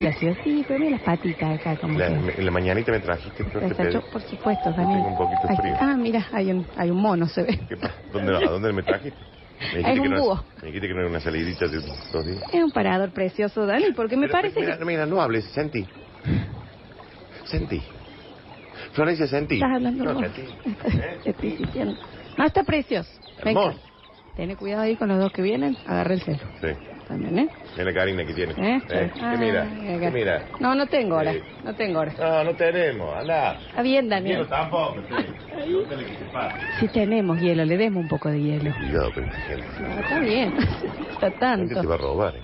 Gracias. Sí, pero mira las patitas acá como La, que- me- la mañanita me trajiste, creo que Exacto, te... yo, por supuesto, Yo también. tengo un poquito de Ay, frío. Ah, mira, hay un, hay un mono, se ve. ¿Qué pasa? ¿Dónde, ¿A dónde me trajiste? Me dijiste, Es un que no, búho. me dijiste que no era una salidita de dos días. Es un parador precioso, Dani, porque me Pero, pues, parece mira, que Mira, no hables, Santi. Santi. Florencia, Santi. estás hablando No, ¿Eh? de Santi. Te estoy diciendo. No, está precioso. Venga. Hermoso. Tené cuidado ahí con los dos que vienen. Agarré el celo. Sí. También, ¿eh? Mira la carina que tiene. ¿Eh? ¿Eh? Ah, ¿Qué mira? acá. ¿Qué mira? Eh. No, no tengo hora. Sí. No tengo hora. No, no tenemos. Anda. Está bien, Daniel. Quiero tampoco. sí. Pregúntale que te pase. Si tenemos hielo, le demos un poco de hielo. Cuidado con esta gente. No, está bien. Está La gente te va tanto. a robar. ¿eh?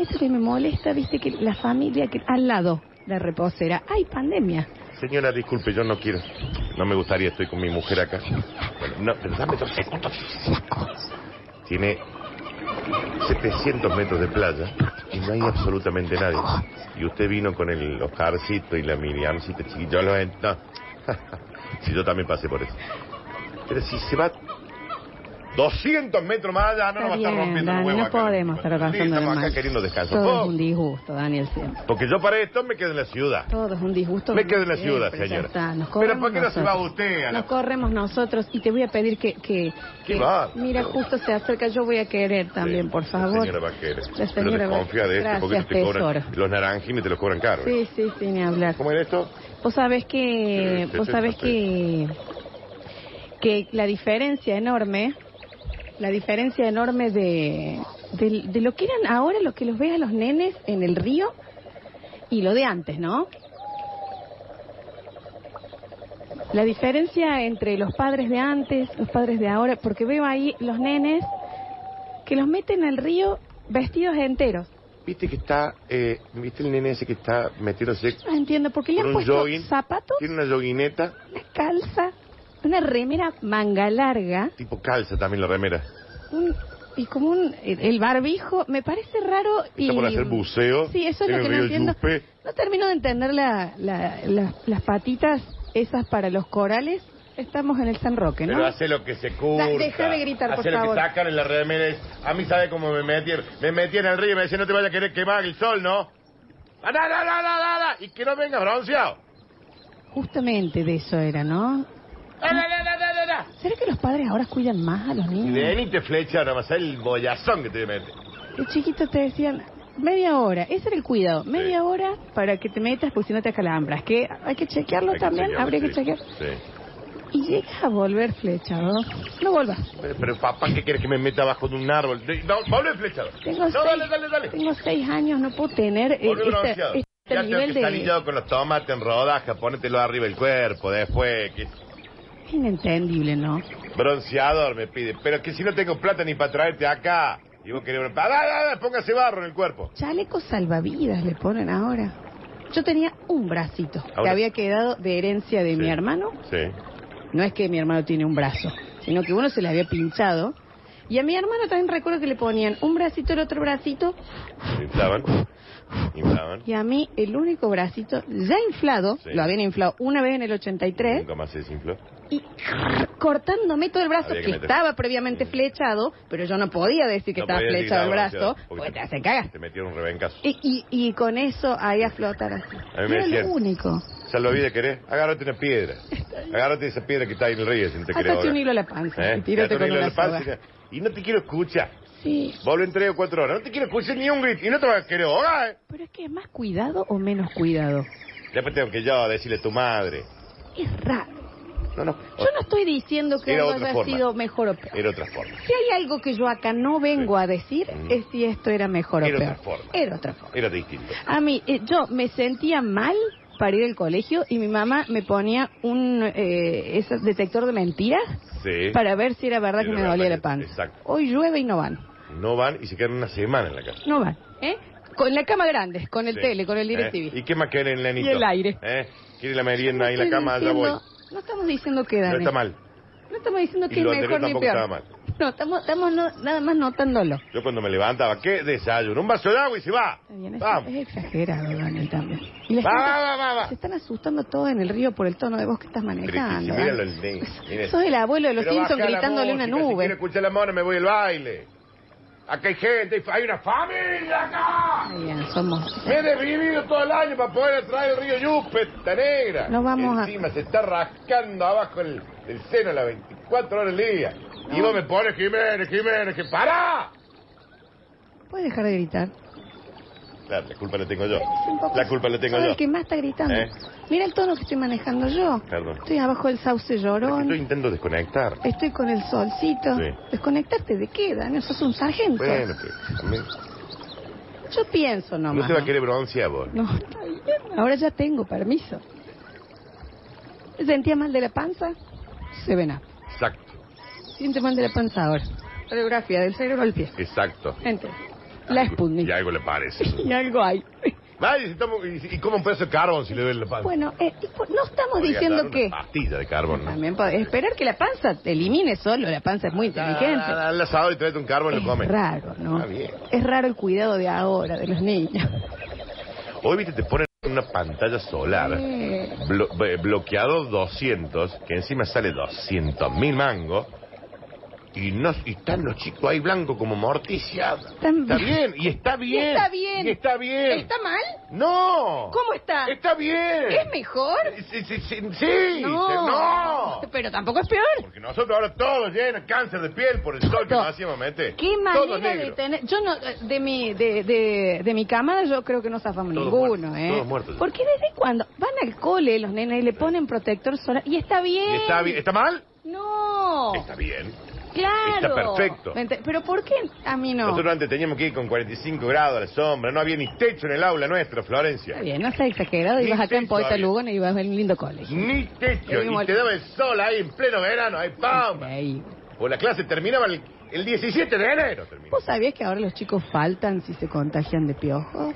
Esto que me molesta, viste, que la familia que al lado de reposera. Hay pandemia. Señora, disculpe, yo no quiero. No me gustaría, estoy con mi mujer acá. Bueno, no, pero dame dos segundos. Tiene 700 metros de playa y no hay absolutamente nadie. Y usted vino con el Oscarcito y la Miriamcita chiquita. Yo lo en- No. si yo también pasé por eso. Pero si se va 200 metros más allá, no nos Está va a estar bien, rompiendo el Dani, huevo no acá. podemos estar Sí, gastando de Estamos acá más. queriendo descansar. Todo Oh, es un disgusto, Daniel, siempre. Porque yo para esto me quedo en la ciudad. Todo es un disgusto. Me quedo en la Siempre, ciudad, ya señora. está, nos Pero corremos ¿por qué no se nosotros. va usted a la- Nos corremos nosotros y te voy a pedir que... que, ¿Qué que- va? Mira, justo se acerca, yo voy a querer también, Sí, por favor. La señora Vaquera. La Pero señora desconfía de este Gracias, porque te cobran. tesoro. Los naranjines te los cobran caro. ¿eh? Sí, sí, sí, ni hablar. ¿Cómo era esto? Vos sabés que... Sí, sí, vos sí, sabés sí. que... Que la diferencia enorme... La diferencia enorme de, de, de lo que eran ahora los que los ves a los nenes en el río y lo de antes, ¿no? La diferencia entre los padres de antes, los padres de ahora, porque veo ahí los nenes que los meten al río vestidos enteros. Viste que está, eh, viste el nene ese que está metiéndose No Ah, entiendo, porque le con han un puesto jogging. zapatos, Tiene una joguineta, una calza, una remera manga larga, tipo calza también la remera. un- y como un, el, el barbijo, me parece raro. Está y, por hacer buceo Sí, eso es en lo el que no río entiendo. Yupe. No termino de entender la, la- la- las patitas esas para los corales. Estamos en el San Roque, ¿no? Pero hace lo que se curta. Da- deja de gritar, por hace lo favor. que sacan en las remeras. A mí sabe cómo me metieron. Me metí en el río y me decían, no te vayas a querer quemar el sol, ¿no? ¡Ah, no, no, no, no, no, no! Y que no venga bronceado. Justamente de eso era, ¿no? ¡Ah, no, no, no, no, no, no! ¿Será que los padres ahora cuidan más a los Y niños? de él y te flecha, nada más el bollazón que te mete. De chiquitos te decían, media hora, ese era el cuidado, media hora para que te metas porque si no te acalambras, que hay que chequearlo Hay que también, chequearlo, habría que sí, chequear. sí. Y llegas a volver flechado, no vuelvas. Pero, pero, papá, ¿qué quieres que me meta abajo de un árbol? De- No, volvé flechado. Tengo, no, seis, dale, dale, dale. tengo seis años, no puedo tener eh, Volvé esta- bronceado. este, ya tengo nivel que salir de... yo con los tomates en rodajas, ponételo arriba el cuerpo, después, que Es inentendible, ¿no? bronceador me pide. Pero que si no tengo plata ni para traerte acá. Y vos querés... ¡Ah, ah, ah! póngase barro en el cuerpo. Chalecos salvavidas le ponen ahora. Yo tenía un bracito que Ahora- había quedado de herencia de Sí. mi hermano. Sí. No es que mi hermano tiene un brazo, sino que uno se le había pinchado. Y a mi hermano también recuerdo que le ponían un bracito, el otro bracito, Inflaban. Inflaban. y a mí el único bracito ya inflado, Sí. lo habían inflado una vez en el 83, Nunca más se desinfló. y cortándome todo el brazo Había que, que meter. estaba previamente Sí. flechado, pero yo no podía decir que No estaba podías decir flechado el nada, brazo, porque porque te hacen cagas. Te metieron un rebencazo. Y, y, y con eso ahí a flotar así. A mí me Era lo decían, único. Salvavidas, ¿querés? Agárrate una piedra. Agárrate esa piedra que está ahí en el río, si no te querés Atate ahogar. un hilo a la panza ¿Eh? y tírate Atate un con hilo una a la panza soga. Y no te quiero escuchar. Sí, Vuelve en tres o cuatro horas. No te quiero escuchar ni un grito. Y no te vas a querer ahogar, ¿eh? pero es que es más cuidado o menos cuidado. Después tengo que yo decirle a tu madre. Es raro. No, no. Yo no estoy diciendo que Era algo otra haya forma. sido mejor o peor. Era otra forma. Si hay algo que yo acá no vengo a decir, Mm. es si esto era mejor Era o peor. otra forma. Era otra forma. Era distinto. A mí, eh, yo me sentía mal para ir al colegio y mi mamá me ponía un eh, ese detector de mentiras Sí. para ver si era verdad Sí, que la me verdad dolía que- la panza. exacto. Hoy llueve y no van. No van y se quedan una semana en la casa. No van. ¿Eh? Con la cama grande, con el Sí. tele, con el ¿Eh? DirecTV. ¿Y qué más quieren, nenito? Y el aire. ¿Eh? ¿Quiere la merienda ahí en la Estoy cama? Ya voy. diciendo- No estamos diciendo que No Dani. está mal. No estamos diciendo Y que es lo mejor anterior ni tampoco peor. estaba mal. No, estamos, estamos no- nada más notándolo. Yo cuando me levantaba, ¿qué desayuno? Un vaso de agua y se va. Está bien, es, Vamos. es exagerado, Daniel, también. Y la Va, gente- va, va, va, va. Se están asustando todos en el río por el tono de voz que estás manejando. Mira Dani. los niños, mira. Sos el abuelo de los Pero Simpsons baja la gritándole una música, Si quiero nube. escuchar la mona, me voy al baile. Acá hay gente, hay una familia acá. ¡Ah! Bien, somos. Me he desvivido todo el año para poder traer el río Yupe, esta negra. No vamos a- Encima se está rascando abajo el, el seno las 24 horas del día. Y vos me pones Jiménez, Jiménez, que pará. ¿Puedes dejar de gritar? Claro, la culpa la tengo yo. Es un poco- La culpa la tengo Soy yo. el que más está gritando. ¿Eh? Mira el tono que estoy manejando yo. Perdón. Estoy abajo del sauce llorón. Yo intento desconectar. Estoy con el solcito. Sí. Desconectarte de qué, Daniel. Sos un sargento. Bueno, pero también- Yo pienso nomás. no te va a querer broncear vos. No, está bien. Ahora ya tengo permiso. ¿Sentía mal de la panza? Se ven up. Exacto, Siente mal de la panza ahora. Radiografía del cerebro al pie. exacto. Gente, la Y Sputnik. algo le parece. Y algo hay. Ay, si tomo- y, y cómo un pedazo de carbón si le duele la panza? Bueno, eh, y por- no estamos Podría dar diciendo una que... Pastilla de carbón, ¿no? También podés esperar que la panza te elimine solo. La panza es muy inteligente. Al al asador y tráete un carbón y lo Es comes. raro, ¿no? Está bien. Es raro el cuidado de ahora, de los niños. Hoy, viste, te ponen una pantalla solar. Eh, blo- eh, bloqueado 200, que encima sale 200 mil mangos. Y, no, y están los chicos ahí blancos como morticiados. Están- Está bien, y está bien. Está bien. Y está bien. ¿Está mal? No. ¿Cómo está? Está bien. ¿Es mejor? Sí, sí, sí, sí. no. Pero tampoco es peor. Porque nosotros ahora todos llenos cáncer de piel por el sol que Todo. nos hacíamos meter. Qué Todos manera de negros. tener. Yo no, de mi, de, de, de mi cámara yo creo que no zafamos Todos ninguno, muertos, ¿eh? todos muertos. Porque desde cuando van al cole los nenes y le ponen protector solar y está bien. ¿Y está, bien- ¿Está mal? No. Está bien. Claro. está perfecto. ¿Me ente- Pero ¿por qué a mí no? Nosotros antes teníamos que ir con 45 grados a la sombra, no había ni techo en el aula nuestra, Florencia. Está bien, no seas exagerado. Sí, Ibas acá sí, en Poeta está bien. Lugo y ibas a un lindo colegio. Ni techo, Seguimos y te al- daba el sol ahí en pleno verano, ahí pam. Ahí. O la clase terminaba el, el 17 de enero. terminaba. ¿Vos sabías que ahora los chicos faltan si se contagian de piojo?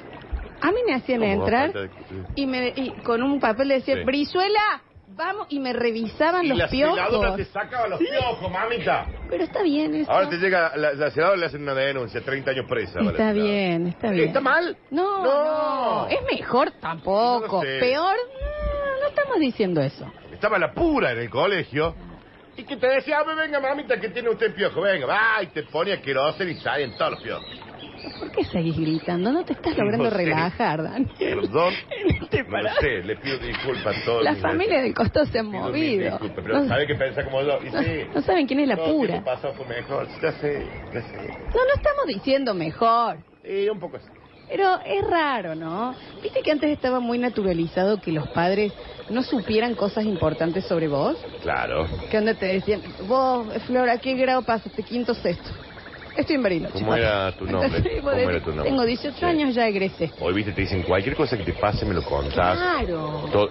A mí me hacían ¿Cómo va a entrar faltar? y me y con un papel decía, Sí. Brizuela, vamos, y me revisaban Y los la celadora piojos. te sacaba los piojos, mamita. Pero está bien eso. Ahora te llega la, la celadora y le hacen una denuncia, 30 años presa. vale, Está celadora. bien, está bien. ¿Está mal? No, no, no. es mejor tampoco. No lo sé. Peor, no, no estamos diciendo eso. Estaba la pura en el colegio. Y que te decía, "Ah, venga, mamita, que tiene usted piojo, venga, va, y te ponía queroseno y salen todos los piojos. ¿Por qué seguís gritando? No te estás No logrando sé. relajar, Daniel. Perdón. En este No lo pará- sé, le pido disculpas a todos. La mis- familia del costo se ha pido mil movido. disculpas, pero No, sabe que piensa como yo. Y no- sí, no saben quién es la todo el pura. tiempo pasado fue mejor. Ya sé, ya sé. No, no estamos diciendo mejor, Y un poco así. pero es raro, ¿no? Viste que antes estaba muy naturalizado que los padres no supieran cosas importantes sobre vos. Claro. Que onda te decían, vos, Flora, ¿qué grado pasaste? Quinto, sexto. Estoy en Bariloche. ¿Cómo papá. era tu nombre? Entonces, vos ¿Cómo decís, era tu nombre? Tengo 18 Sí. años, ya egresé. Hoy, viste, te dicen cualquier cosa que te pase, me lo contás. Claro. Todo-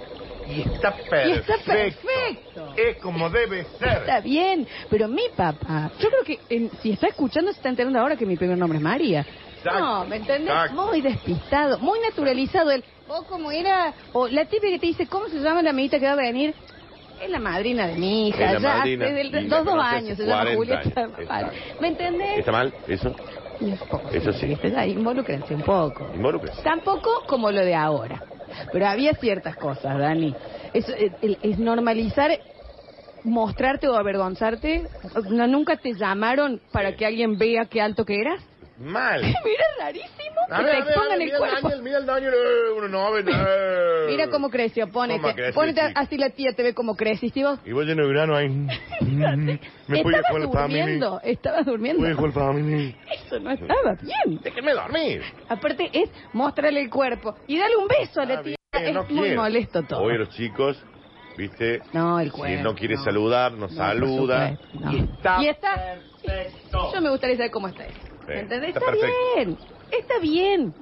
Y está perfecto. Ah. Y está perfecto. Es como debe ser. Está bien, pero mi papá, yo creo que en- si está escuchando se está enterando ahora que mi primer nombre es María. Exacto, no, ¿me entendés? exacto. Muy despistado, muy naturalizado el, vos como era, o la típica que te dice, ¿cómo se llama la amiguita que va a venir? Es la madrina de mi hija, Es la ya madrina, hace del- y la dos, dos conoce años, se hace llama 40 Julieta. años, Vale. exacto. ¿Me entendés? ¿Está mal eso? Y es poco, Eso sí. ¿viste? Ya, involúcrense un poco. Involúcrense. Tampoco como lo de ahora. Pero había ciertas cosas, Dani. Es, el- el- es normalizar mostrarte o avergonzarte. No, nunca te llamaron para que alguien vea qué alto que eras. Mal. Mira, es rarísimo que te expongan el mira cuerpo. Daniel, mira el Daniel, eh, uno no ve, eh. Mira cómo creció, ¿Cómo ponete. crecí, ponete chico? así la tía te ve cómo creces. Y vos, Y voy lleno de grano ahí. Me voy a estabas jugar la familia. durmiendo, estabas durmiendo. Voy a jugar la familia. Eso no estaba bien. Déjenme dormir. Aparte es mostrarle el cuerpo y darle un beso a la Ah, tía. bien, es no muy quiero. molesto todo. Hoy los chicos, viste, No, el cuerpo. si no quiere saludar, nos saluda. por supuesto, no. Y está Y está- perfecto. Yo me gustaría saber cómo está eso. ¿Me ¿Entendés? está Está, perfecto. bien. Está bien.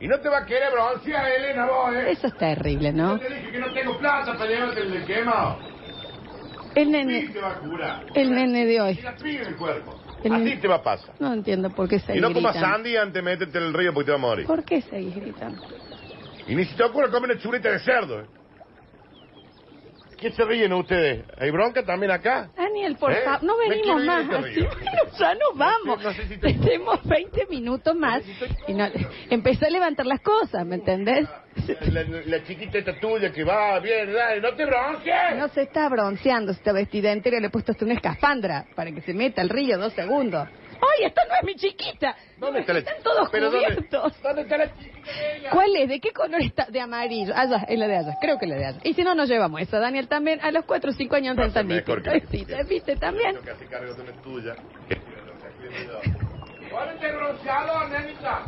Y no te va a querer broncear, Elena, vos, eh. Eso es terrible, ¿no? Yo te dije que no tengo plata para llevarte el quemado. El Sí nene, te va a curar. el nene de Y hoy. la pibe en el cuerpo. El- Así te va a pasar. No entiendo por qué Y seguís no comas gritando. Sandy antes de meterte en el río porque te va a morir. ¿Por qué seguís gritando? Y ni si te ocurre comer una chuleta de cerdo. eh. ¿Quién se ríen ustedes? ¿Hay bronca también acá? Daniel, por ¿Eh? favor, no Me quiero venimos ir más de así. río. No, ya nos vamos. no sé si estoy- Tenemos 20 minutos más. No sé si estoy- Y no, empecé a levantar las cosas, ¿me entendés? La, la- la chiquita esta tuya que va, bien, dale, no te bronques. No este se está bronceando, se está vestida entera, le he puesto hasta una escafandra para que se meta al río dos segundos. ¡Ay, esta no es mi chiquita! ¿Dónde está la Están todos Pero ¿dónde- cubiertos. ¿Dónde está la chiquilla? ¿Cuál es? ¿De qué color está? De amarillo. Allá, es la de allá. Creo que es la de allá. Y si no, nos llevamos esa. Daniel también a los 4 o 5 años Pasa están mejor que distintos. Sí, la chiquilla. ¿Viste también? Yo casi cargo de una tuya. Ponete rociador, nenita.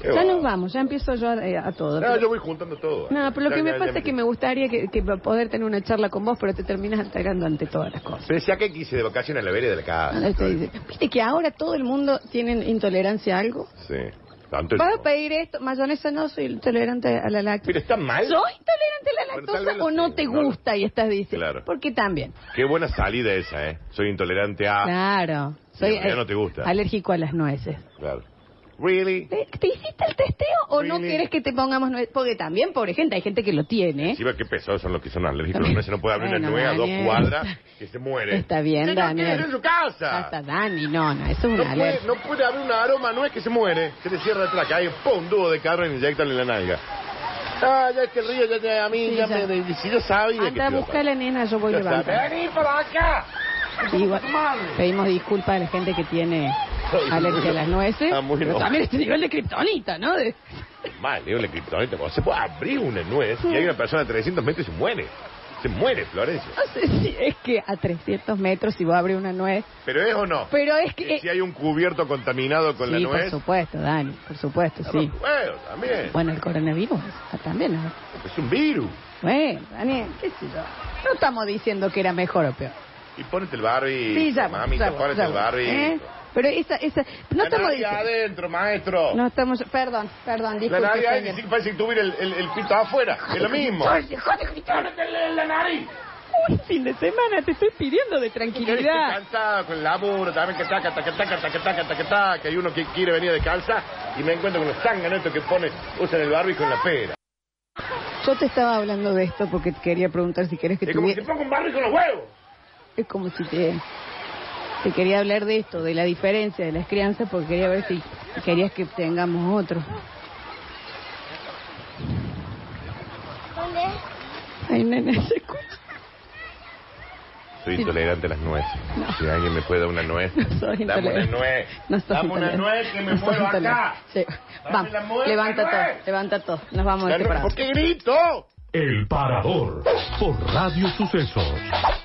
Qué Ya va. nos vamos, ya empiezo yo a, eh, a todo. No, Ah, yo voy juntando todo. No, pero lo Ya, que me ya, ya pasa es que me gustaría que, que poder tener una charla con vos, pero te terminas entregando ante todas las cosas. Se decía que quise de vacaciones a la vereda de la casa. Ah, te dice, Viste que ahora todo el mundo tiene intolerancia a algo. Sí. Tanto el- ¿Vas a pedir esto? Mayonesa no, soy intolerante a la Pero lactosa. está mal. ¿Soy intolerante a la Bueno, tal vez lactosa lo o no sí, te no lo- gusta y estás diciendo? Claro. Porque también. Qué buena salida esa, ¿eh? Soy intolerante a... Claro. Soy en realidad eh, no te gusta. alérgico a las nueces. Claro. ¿Really? ¿Te, te hiciste el testeo o no Really? quieres que te pongamos nueces? Porque también, pobre gente, hay gente que lo tiene. Sí, va, qué pesados son los que son alérgicos. No se no puede abrir Bueno, una nueva a dos Daniel. cuadras que se muere. Está bien, Señor, Daniel. quédese en su casa. Hasta Dani, no, no, eso es No una puede, alergia. no puede haber un aroma, no es que se muere. Se le cierra atrás, hay un dúo de carro y inyectan en la nalga. Ah, ya es que el río ya te, a mí Sí, ya, ya. me... Si yo sabía que... Anda, te lo busca a sabía. la nena, yo voy Ya levantando. sabe. Vení para acá. Igual, Madre. pedimos disculpas a la gente que tiene Ay, alergia muy- a las nueces. Ah, muy Pero no. también este nivel de kriptonita, ¿no? De- Mal, digo, la criptonita. Cuando se puede abrir una nuez y hay una persona a 300 metros y se muere. Se muere, Florencia. no sé si es que a 300 metros si vos abrís una nuez. ¿Pero es o no? Pero es que... Que si hay un cubierto contaminado con sí, la por nuez... supuesto, Dani, por supuesto, Ah, sí. Bueno, también. Bueno, el coronavirus ah, también, ¿no? Es un virus. Bueno, Dani, qué sé yo. No estamos diciendo que era mejor o peor. Y ponete el barrio. Sí, ya. Mami, ya, ponete ya, el barrio. ¿eh? Pero esa, esa... No La estamos nalga diciendo... adentro, maestro. No estamos... Perdón, perdón, la disculpe. nalga señor. adentro, sí, parece que tuviera el, el, el pito afuera. Es lo mismo. Ponete la nariz. Un fin de semana, te estoy pidiendo de Estoy tranquilidad. cansado Este con el laburo, también que taca, taca, taca, taca, taca, taca, taca. Y uno que quiere venir de calza y me encuentro con los zánganos estos que pone, usan el barrio y con la pera. Yo te estaba hablando de esto porque te quería preguntar si querés que Es como que tuviera... te pongo un barrio con los huevos. Es como si te... Te quería hablar de esto, de la diferencia de las crianzas, porque quería ver si querías que tengamos otro. ¿Dónde? Ay, nena, se escucha. Soy Sí. intolerante a las nueces. Si alguien me puede dar una nuez, No soy dame una intolerante. nuez. No sos dame una intolerante. nuez que No me sos mueva acá. intolerante. Sí. Dame Vamos, la mueve, levanta la todo, nuez. levanta todo. Nos vamos La de nuez- separar. ¿Por qué grito? El Parador por Radio Sucesos.